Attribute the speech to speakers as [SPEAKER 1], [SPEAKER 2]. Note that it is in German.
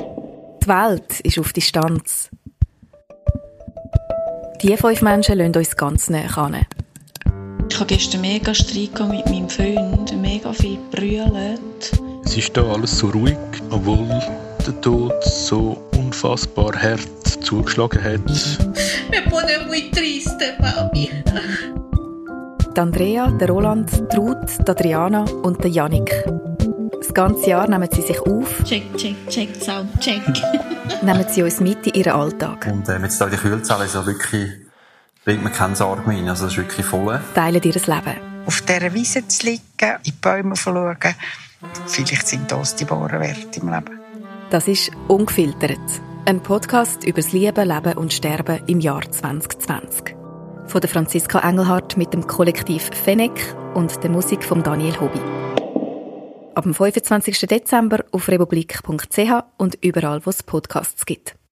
[SPEAKER 1] Die Welt ist auf Distanz. Die fünf Menschen lassen uns ganz näher an.
[SPEAKER 2] Ich hatte gestern mega Streit gehabt mit meinem Freund, mega viel brüllt.
[SPEAKER 3] Es ist da alles so ruhig, obwohl der Tod so unfassbar hart zugeschlagen hat.
[SPEAKER 4] Me pone muy triste, papi.
[SPEAKER 1] Die Andrea, der Roland, die Ruth, die Adriana und der Janik. Das ganze Jahr nehmen sie sich auf,
[SPEAKER 4] Check, check, check, sound, check.
[SPEAKER 1] nehmen sie uns mit in ihren Alltag,
[SPEAKER 5] Und ähm, jetzt da die Kühlzelle ist ja wirklich, bringt mir keine Sorge mehr rein. Also das ist wirklich voll.
[SPEAKER 1] teilen ihr Leben.
[SPEAKER 6] auf dieser Wiese zu liegen, in die Bäume zu schauen. Vielleicht sind das die wahren Werte im Leben.
[SPEAKER 1] Das ist «Ungefiltert», ein Podcast über das Leben, Leben und Sterben im Jahr 2020. Von der Franziska Engelhardt mit dem Kollektiv «Fenech» und der Musik von Daniel Hobby. Ab dem 25. Dezember auf republik.ch und überall, wo es Podcasts gibt.